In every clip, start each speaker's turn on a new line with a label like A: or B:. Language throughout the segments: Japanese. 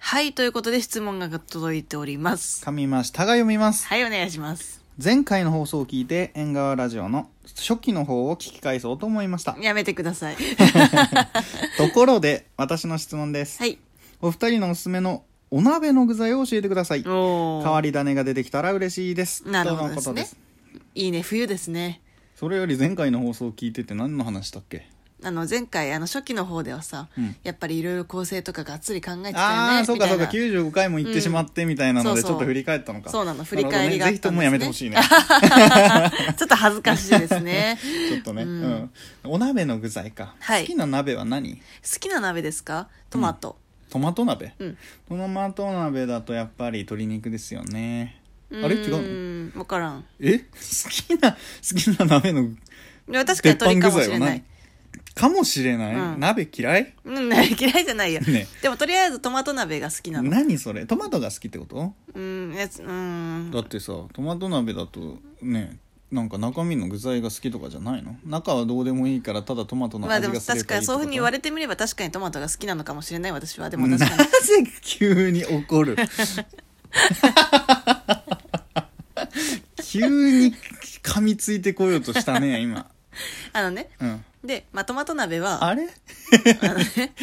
A: はい、ということで質問が届いております。
B: 上ましたが読みます
A: はい、お願いします。
B: 前回の放送を聞いて縁側ラジオの初期の方を聞き返そうと思 いました
A: やめてください。
B: ところで私の質問です、
A: はい。
B: お二人のおすすめのお鍋の具材を教えてください変
A: おー
B: わり種が出てきたら嬉しいです
A: なるほど
B: との
A: で
B: こ
A: す
B: と
A: ねいいね、冬ですね。
B: それより前回の放送を聞いてて何の話だっけ
A: あの、前回、あの、初期の方ではさ、
B: うん
A: やっぱりいろいろ構成とかがっつり考えてたよね。
B: ああーそうか
A: みた
B: そ
A: いう
B: か
A: な
B: 95回も行ってしまってみたいなの
A: うん
B: で
A: そうそ
B: ち
A: う
B: ょっと振り返ったのか
A: そうなの振り返りがあっ
B: なるほ
A: たんですね
B: どねぜひともやめて ほしいね
A: ちょっと恥ずかしいですね。
B: ちょっとね、うんお鍋の具材か、
A: はい
B: 好きな鍋は何
A: 好きな鍋ですかトマト。
B: トマト鍋、
A: うん
B: トマト鍋だとやっぱり鶏肉ですよね
A: うーん、
B: あれ違うの
A: わからん。
B: え好きな好きな鍋の
A: いや確かに
B: 鉄板
A: 鶏か
B: 具
A: も
B: 材
A: しれ
B: は
A: ない
B: 何。かもしれない、
A: うん
B: 鍋嫌い
A: うん、 嫌いじゃないよ。
B: ね
A: でも、とりあえずトマト鍋が好きなの。
B: 何それトマトが好きってこと
A: うん、やつ、うん
B: だ。ってさトマト鍋だとねなんか中身の具材が好きとかじゃないの中はどうでもいいからただトマトの
A: まあで
B: 味
A: も
B: がすれ
A: 確か
B: ばいい
A: に
B: ってこ
A: そ
B: と
A: ういうふうに言われてみれば確かにトマトが好きなのかもしれない私はでも
B: な
A: 確かに
B: ぜ急に怒る急に噛みついてこようとしたね今、
A: あのね
B: うん、
A: で、まあ、トマト鍋は
B: あれ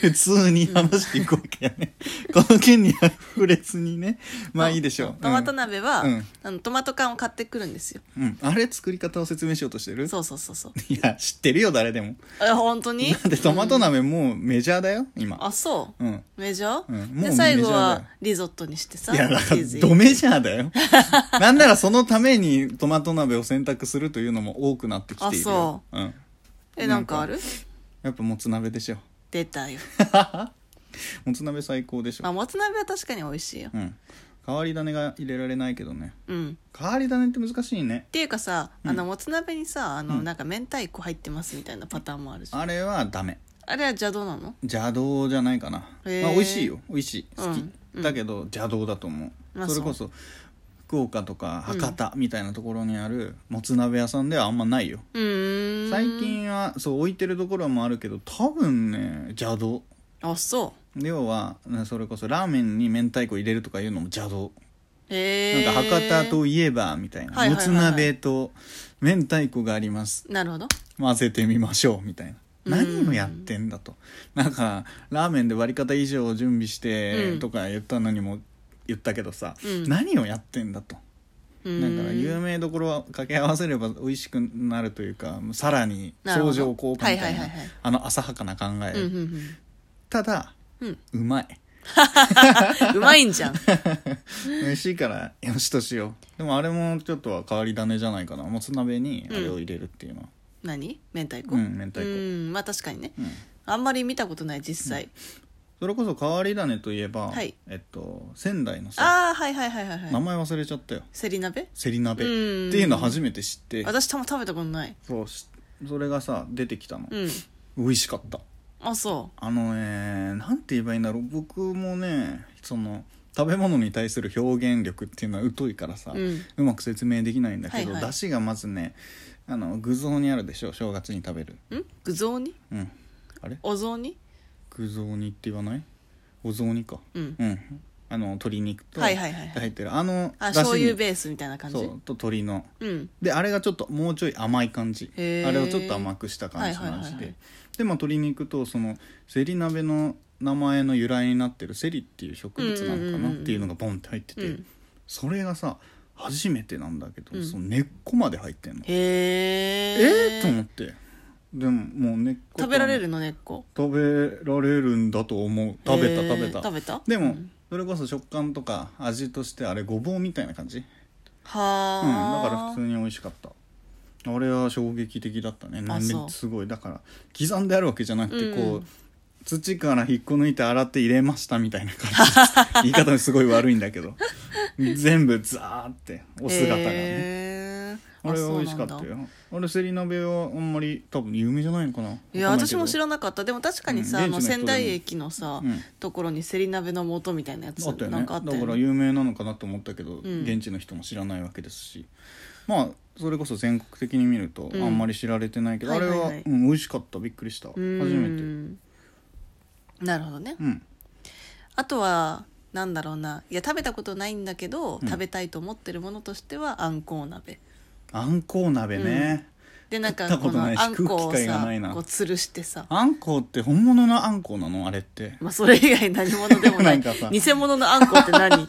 B: 普通に話していくわけやね、この件には触れずにねまあいいでしょう
A: トマト鍋は、
B: うん
A: あのトマト缶を買ってくるんですよ
B: うん、うんあれ作り方を説明しようとしてる
A: そうそうそうそう
B: いや知ってるよ誰でも
A: え本当に
B: だってトマト鍋もうメジャーだよ今
A: あそう、
B: うん
A: メジャー、
B: うんもう
A: で最後
B: メジャーだ
A: は
B: よ
A: リゾットにしてさ
B: いや、だ
A: チ
B: から
A: ーズ、
B: ドメジャーだよ。 なんならそのためにトマト鍋を選択するというのも多くなってきているよ。う。ん。
A: えなんかある
B: やっぱもつ鍋でしょ。
A: 出たよ、
B: もつ鍋最高でし
A: まあ、
B: ょ。
A: もつ鍋は確かに美味しいよ
B: うん。変わり種が入れられないけどね。
A: うん
B: 変わり種って難しいね
A: っ。ていうかさ、あの
B: う
A: もつ鍋にさあの、
B: うん
A: なんか明太子入ってますみたいなパターンもあるしあ
B: あれはダメ。
A: れは邪道なの
B: 邪道じゃないかな。
A: へー
B: まあ、美味しいよ。美味しい。好き。
A: うんうん
B: だけど邪道だと思う。
A: まあ
B: それこそ、福岡とか博多みたいなところにあるもつ鍋屋さんではあんまないよ。
A: うーん
B: 最近はそう置いてるところもあるけど多分ね邪道
A: あそう
B: 要はねそれこそラーメンに明太子入れるとかいうのも邪道、
A: へえ
B: なんか博多といえばみたいな、
A: はいはいはいはい
B: もつ鍋と明太子があります
A: なるほど
B: 混ぜてみましょうみたいな
A: うん
B: 何をやってんだとなんかラーメンで割り方以上を準備して、
A: うん
B: とか言ったのにも言ったけどさ、
A: うん
B: 何をやってんだと
A: う
B: だ
A: ん
B: から有名どころは掛け合わせれば美味しくなるというかさらに
A: なるほど
B: 相乗効果みた
A: はい
B: い
A: は
B: ない
A: はいはい
B: あの浅はかな考え、
A: うんうん
B: ただ
A: うんうん
B: うまい
A: うまいんじ ゃん
B: 美味しいからよしとしようでもあれもちょっとは変わり種じゃないかなもつ鍋にあれを入れるっていうのは
A: 何明太子
B: うん、明太子、
A: うんまあ確かにね
B: うん
A: あんまり見たことない実際
B: それこそ変わり種といえば、
A: はい
B: えっと仙台のさ
A: ああはいはいはいはい
B: 名
A: はい
B: 前忘れちゃったよ
A: セリ鍋
B: せり鍋っ
A: う
B: て
A: ん
B: いうの初めて知って
A: 私たま食べたことない
B: そうしそれがさ出てきたの、
A: うん
B: 美味しかった
A: あそ
B: あのねなんて言えばいいんだろう僕もねその食べ物に対する表現力っていうのは疎いからさ、
A: ううん
B: うまく説明できないんだけど、
A: はいはい
B: 出汁がまずねあの具雑にあるでしょ正月に食べる
A: ん具雑煮
B: うんあれ
A: お雑煮
B: 具雑煮って言わないお雑煮か
A: うん
B: うんあの鶏肉と
A: はい
B: 入
A: はいはいはい
B: ってるあの
A: あ
B: 出
A: 醤油
B: 汁に
A: ベースみたいな感じ
B: そう
A: う
B: と鶏の
A: ん
B: であれがちょっともうちょい甘い感じあ
A: へー
B: れをちょっと甘くした感じ
A: はいはい
B: の
A: はいはい
B: 味ででまあ鶏肉とそのセリ鍋の名前の由来になってるセリっていう植物なのかなっていうのがボンって入ってて、
A: うん
B: それがさ初めてなんだけど、
A: うん
B: その根っこまで入ってんの
A: へ
B: えー、
A: え
B: と思ってでももう根っこと
A: 食べられるの根っこ
B: 食べられるんだと思う食べた
A: へー
B: 食べた
A: 食べた
B: でも、
A: うん
B: それこそ食感とか味としてあれごぼうみたいな感じうんだ
A: はあ
B: から普通に美味しかったあれは衝撃的だったねなんで
A: そう
B: すごいだから刻んであるわけじゃなくてこう、
A: うん
B: 土から引っこ抜いて洗って入れましたみたいな感じ言い方もすごい悪いん だけど全部ザーってお姿がね、
A: へー
B: あれは美味しかった
A: そうなんだ
B: よあれセリ鍋はあんまり多分有名じゃないのかない
A: や私も知
B: ら
A: らなかったでも確かにさ、
B: うん
A: あの
B: 現地の人で
A: 仙
B: も
A: 台駅のさ、
B: うん
A: ところにせり鍋の素みたいなやつ
B: あったよ
A: な
B: ね
A: んかあった
B: だ
A: よ
B: から
A: ね
B: 有名なのかなと思ったけど、
A: ん
B: 現地の人も知らないわけですしまあそれこそ全国的に見ると
A: うん
B: あんまり知られてないけど、
A: はい
B: あ
A: は
B: れ
A: いはい
B: は、うん、美味しかったびっくりした
A: う
B: 初めて
A: んなるほどね
B: うん
A: あとはなんだろうないや食べたことないんだけど、
B: うん
A: 食べたいと思ってるものとしてはあんこう鍋
B: あんこう鍋ね、
A: でなんか
B: 食
A: こ
B: ったこと
A: の
B: ないし
A: あんこ
B: 食う
A: を
B: 機会が
A: さ
B: ないな
A: こう吊るしてさ
B: あんこうって本物のあんこうなのあれって
A: まあそれ以外何物でもない
B: なんかさ
A: 偽物のあんこって 何
B: い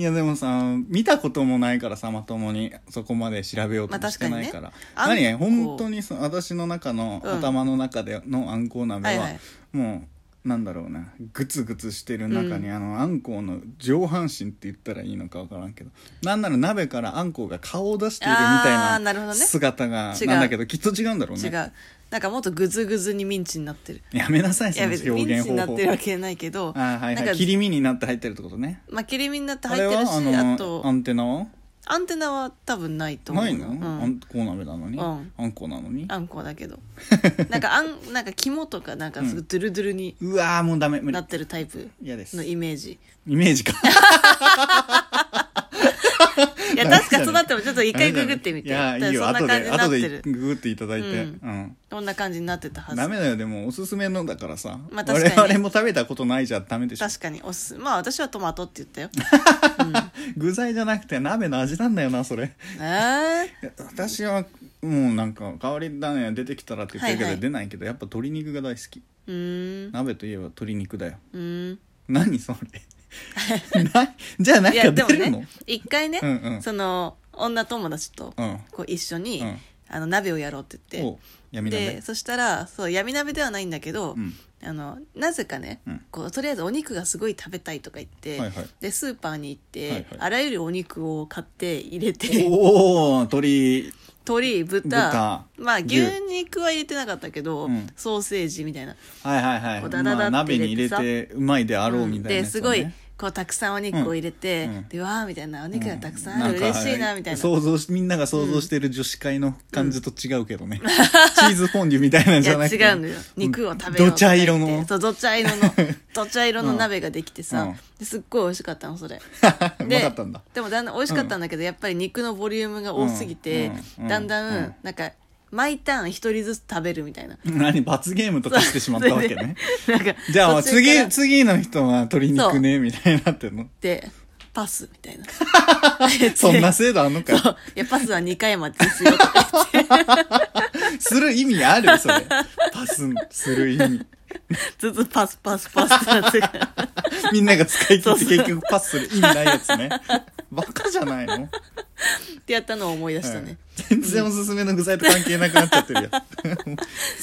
B: やでもさ見たこともないからさまともにそこまで調べようともしてないから、
A: まあ確かにねあんこ
B: 何本当にそ私の中の、
A: うん
B: 頭の中でのあんこう鍋は、
A: はいはい
B: もうなんだろうなグツグツしてる中に、あのあんこうの上半身って言ったらいいのか分からんけどなんなら鍋からあんこうが顔を出しているみ
A: あー
B: たい
A: なるほど
B: な
A: ね
B: 姿が
A: 違う
B: なんだけどきっと違うんだろう
A: 違
B: ね
A: うなんかもっとグズグズにミンチになってる
B: やめなさい
A: い
B: そ
A: や
B: の
A: 別にミ
B: 表
A: ン
B: 現
A: チにな
B: 方
A: っ
B: 法
A: てるわけないけど
B: あーはい
A: なん
B: は
A: か
B: い切り身になって入ってるってことね
A: まあ切り身になって
B: あ
A: 入
B: れ
A: ってるし
B: はあ
A: あ
B: の
A: と
B: アンテナは
A: アンテナは多分ないと思う
B: ないの、
A: うん
B: あんこう鍋なのに、
A: うん
B: あんこうなのに
A: あんこだ けどなんかあんなんか肝とかなんかすぐドゥルドゥルに
B: うわーもうダメ無理
A: なってるタイプ
B: 嫌です
A: のイメージ
B: イメージか
A: いや
B: ダメだね
A: 確かそうなってもちょっと一回ググってみて
B: いやいいよ
A: そんな
B: 後
A: 感じ
B: で
A: になっ
B: 後
A: て
B: で
A: る
B: ググっていただいて、
A: うん
B: うん
A: こんな感じになってたは
B: ダ
A: ず
B: メだよでもおすすめのだからさ、
A: まあ確かにね
B: 我々も食べたことないじゃダメでしょ
A: 確かにおすすまあ私はトマトって言った よ
B: 具材じゃなくて鍋の味なんだよなそれ
A: え
B: いや私はもうなんか代わりだね出てきたらって言ってるけど、
A: はいはい
B: 出ないけどやっぱ鶏肉が大好き
A: えー、うーん
B: 鍋といえば鶏肉だよ
A: うーん
B: 何それ なじゃあなん
A: いや
B: か
A: で
B: 出
A: も
B: るの、
A: ね一回ね、
B: うんうん
A: その女友達と
B: うん
A: こう一緒に、
B: うん
A: あの鍋をやろうって言っ
B: お闇
A: て
B: 鍋
A: でそしたらそう闇鍋ではないんだけど、
B: うん
A: あのなぜかね、
B: うん
A: こうとりあえずお肉がすごい食べたいとか言って、
B: はいはい
A: でスーパーに行って、
B: はいはい
A: あらゆるお肉を買って入れて
B: おお鶏
A: 鶏豚
B: 豚
A: まあ
B: 牛
A: 牛肉は入れてなかったけど、
B: うん
A: ソーセージみたいな、
B: はいはいは
A: こう
B: い
A: ダダダ
B: まあ、
A: って
B: 鍋に
A: 入れ
B: 入
A: て
B: れ
A: さ
B: てうまいであろうみたいなや
A: です
B: つ
A: ご
B: だね、
A: いこうたくさんお肉を入れて、
B: うんうん
A: でわあみたいなお
B: うん
A: 肉がたくさんある、嬉しいなみたいな
B: 想像しみんなが想像してる女子会の感じと違うけどね、 チーズフォンデュみたいなん
A: い
B: じ
A: や
B: ゃなくて
A: 違うのよ肉を食べよう
B: どちゃ色の
A: そうどちゃ色 のどちゃ色の鍋ができてさ、
B: うん
A: ですっごい美味しかったのそれ
B: う
A: で
B: まかったんだ
A: でもだんだん美味しかったんだけど、やっぱり肉のボリュームが多すぎて、
B: うんうん
A: だんだん、
B: うん
A: なんか毎ターン一人ずつ食べるみ たいな
B: 何罰ゲームとかしてしまったわけね
A: なんか
B: じゃあ
A: 途中から
B: 次次の人は鶏肉ねみたいになってんの
A: でパスみたいな
B: そん な制度あんの
A: そう
B: か
A: いやパスは2回までですよと か言って
B: する意味あ るそれパスする意味
A: ずっとパスパスパスってな って
B: みんなが使い切
A: そう
B: っ
A: そ
B: て
A: う
B: 結局パスする意味ないや つねバカじゃないの
A: ってやったのを思い出したね、
B: 全然おすすめの具材と関係なくなっち ゃってるやんもう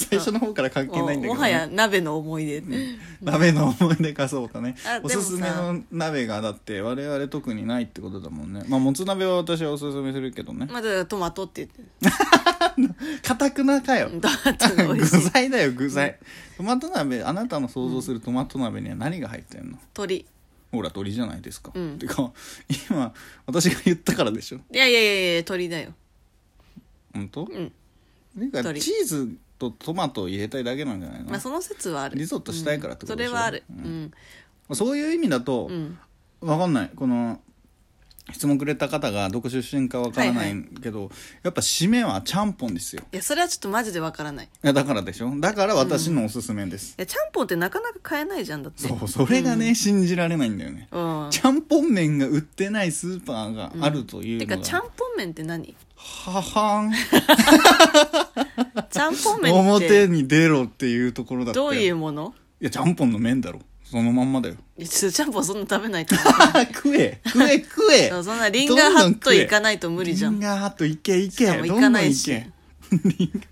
B: 最初の方から関係
A: も
B: な
A: う
B: いんだけどね、
A: もはや鍋の思い出、
B: 鍋の思い出かそうかね
A: あ
B: お
A: でもさ
B: すすめの鍋がだって我々特にないってことだもんねまあもつ鍋は私はおすすめするけどね
A: まあだからトマトって言って
B: かたくなかよ
A: トマトが
B: 具
A: 美味し い
B: 材だよ具材トマト鍋あなたの想像するトマト鍋には何が入ってんの
A: 鳥
B: ほら鳥じゃないですか、
A: うん
B: てか今私が言ったからでしょ
A: いやいやいやいや鳥だよ
B: 本当
A: うん
B: なんか
A: 鳥
B: チーズとトマトを入れたいだけなんじゃないの、
A: まあその説はある
B: リゾットしたいからってことでしょ
A: それはあるう
B: うん
A: ん
B: そういう意味だと、
A: うん
B: わかんないこの質問くれた方がどこ出身かわからな
A: はい
B: けど、やっぱ締めはちゃんぽんですよ
A: いやそれはちょっとマジでわからないい
B: いやだからでしょだから私のおすすめです、
A: やちゃんぽんってなかなか買えないじゃんだって
B: そうそれがね、信じられないんだよね
A: うん
B: ちゃんぽん麺が売ってないスーパーがあるという
A: て
B: のが、
A: かちゃんぽん麺って 何
B: はは ん
A: ちゃんぽん麺っ
B: 表
A: て
B: に出ろっていうところだったよ
A: どういうもの
B: いやちゃんぽんの麺だろそのまんまだよ
A: いやちょっとちゃんぽんそんな食べないと思
B: 食え食え食え
A: うそんなリンガーハット行かないと無理じゃ
B: リン
A: ん
B: ガーハットいけいけ
A: しかも行かないし
B: どんどん行けリンガー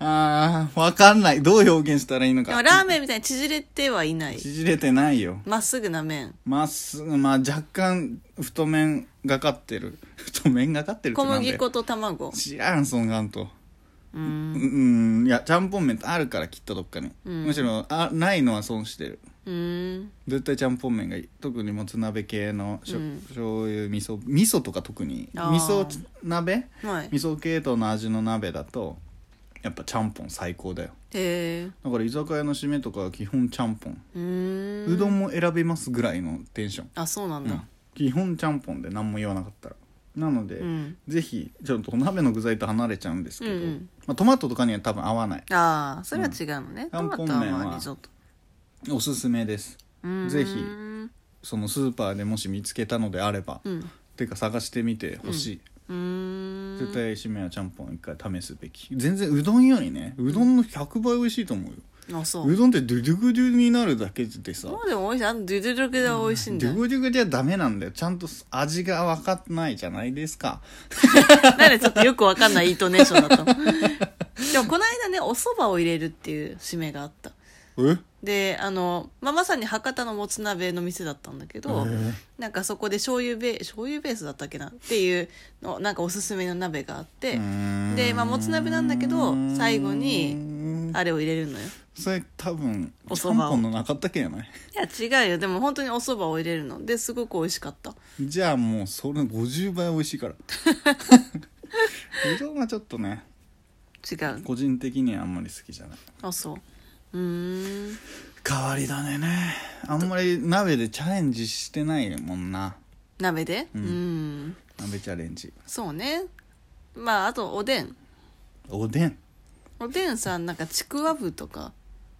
B: あーわかんないどう表現したらいいの
A: でも
B: か
A: ラーメンみたいに縮れてはいない
B: 縮れてないよ
A: まっすぐな麺
B: まっすぐまあ若干太麺がかってる太麺がかってるって
A: 小
B: なんだ
A: 麦
B: よ
A: 粉と卵
B: 知らんそんがんと
A: う
B: うんんうんいやちゃんぽん麺ってあるからきっとどっかに、
A: うん
B: むしろあないのは損してる
A: うん
B: 絶対ちゃんぽん麺がいい特にもつ鍋系のしょ、
A: うん
B: 醤油味噌味噌とか特に味
A: あー
B: 噌鍋
A: はい
B: 味噌系統の味の鍋だとやっぱちゃんぽん最高だよ
A: へえ
B: だから居酒屋の締めとかは基本ちゃんぽん、
A: うー
B: うどんも選べますぐらいのテンション、
A: あそうなん
B: う
A: だ
B: ん基本ちゃんぽんで何も言わなかったらなので、
A: うん
B: ぜひちょっとお鍋の具材と離れちゃうんですけど、
A: うんうん
B: まあ、トマトとかには多分合わない
A: ああそれは違うのね、
B: うん
A: トマト
B: ちゃんぽん麺
A: は
B: は
A: まあリゾット
B: おすすめです
A: うーん
B: ぜひそのスーパーでもし見つけたのであれば、
A: う
B: っ
A: ん
B: ていうか探してみてほしい、
A: うーん
B: 絶対しめやちゃんぽん一回試すべき全然うどんよりねうどんの100倍美味しいと思うよ、
A: あそうう
B: どんってドゥドゥグドゥになるだけでさ
A: そうでも美味しいあのドゥドゥドゥで美味しい
B: ド
A: んだ
B: ゥ
A: よ
B: グドゥグじゃダメなんだよちゃんと味が分かってないじゃないですか
A: なんでちょっとよくわかんないイントネーションだったのでもこの間ねお蕎麦を入れるっていう締めがあった
B: え
A: であの、まあ、まさに博多のもつ鍋の店だったんだけど、
B: へえ
A: なんかそこで醤油ベ醤油ベースだったっけなっていうのなんかおすすめの鍋があって、でまあもつ鍋なんだけど最後に
B: に
A: あれを入れるのよ
B: それ多分
A: お
B: ち
A: 蕎
B: ゃん
A: 麦を
B: ぽんのなかったっけやない
A: いや違うよでも本当にお蕎麦を入れるのですごく美味しかった
B: じゃあもうそれの50倍美味し いからうどんはちょっとね
A: 違う
B: 個人的にはあんまり好きじゃない
A: あそううーん
B: 変わり種ねあんまり鍋でチャレンジしてないもんな
A: 鍋で
B: う
A: うんん
B: 鍋チャレンジ
A: そうねまああとおでん
B: おでん
A: おでんさなんかちくわぶとか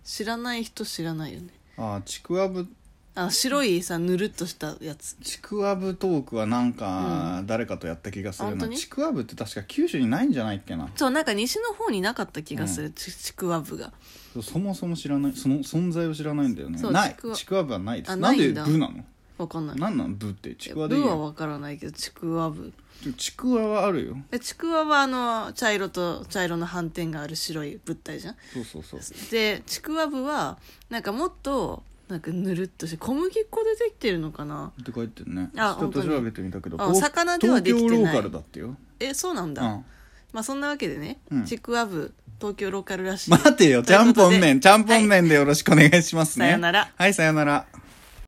A: 知らない人知らないよね
B: あーちくわぶ
A: あの白いさぬるっとしたやつ
B: ちくわぶトークはなんか誰かとやった気がする
A: 本
B: な、
A: 当に
B: ちくわぶって確か九州にないんじゃないっけな
A: そうなんか西の方になかった気がする、ちちくわぶが
B: そもそも知らないその存在を知らないんだよね
A: そう
B: ない
A: ちくわ
B: ちくわぶはないです
A: あ
B: なんで
A: ないんだ
B: ぶなの
A: わかんない
B: なんなんぶってちくわでいい
A: ルーは
B: よ
A: わからないけどちくわぶ
B: ちくわはあるよ
A: でちくわはあの茶色と茶色の斑点がある白い物体じゃん
B: そうそうそう
A: でちくわぶはなんかもっとなんかぬるっとして小麦粉でできてるのかな
B: って書いてるねち
A: あ
B: ょっと
A: 本当に
B: 調べてみたけど
A: あ
B: 東
A: 魚ではできてない
B: 東京ローカルだってよ、
A: えそうなん
B: う
A: だ、
B: ん、
A: まあそんなわけでね、
B: うん
A: ちくわぶ東京ローカルらしい
B: 待てよち
A: という
B: ゃ
A: こ
B: ん
A: と
B: ぽ
A: で
B: ん麺ちゃんぽん麺でよろしくお願いしますね、
A: さよなら
B: はいさよなら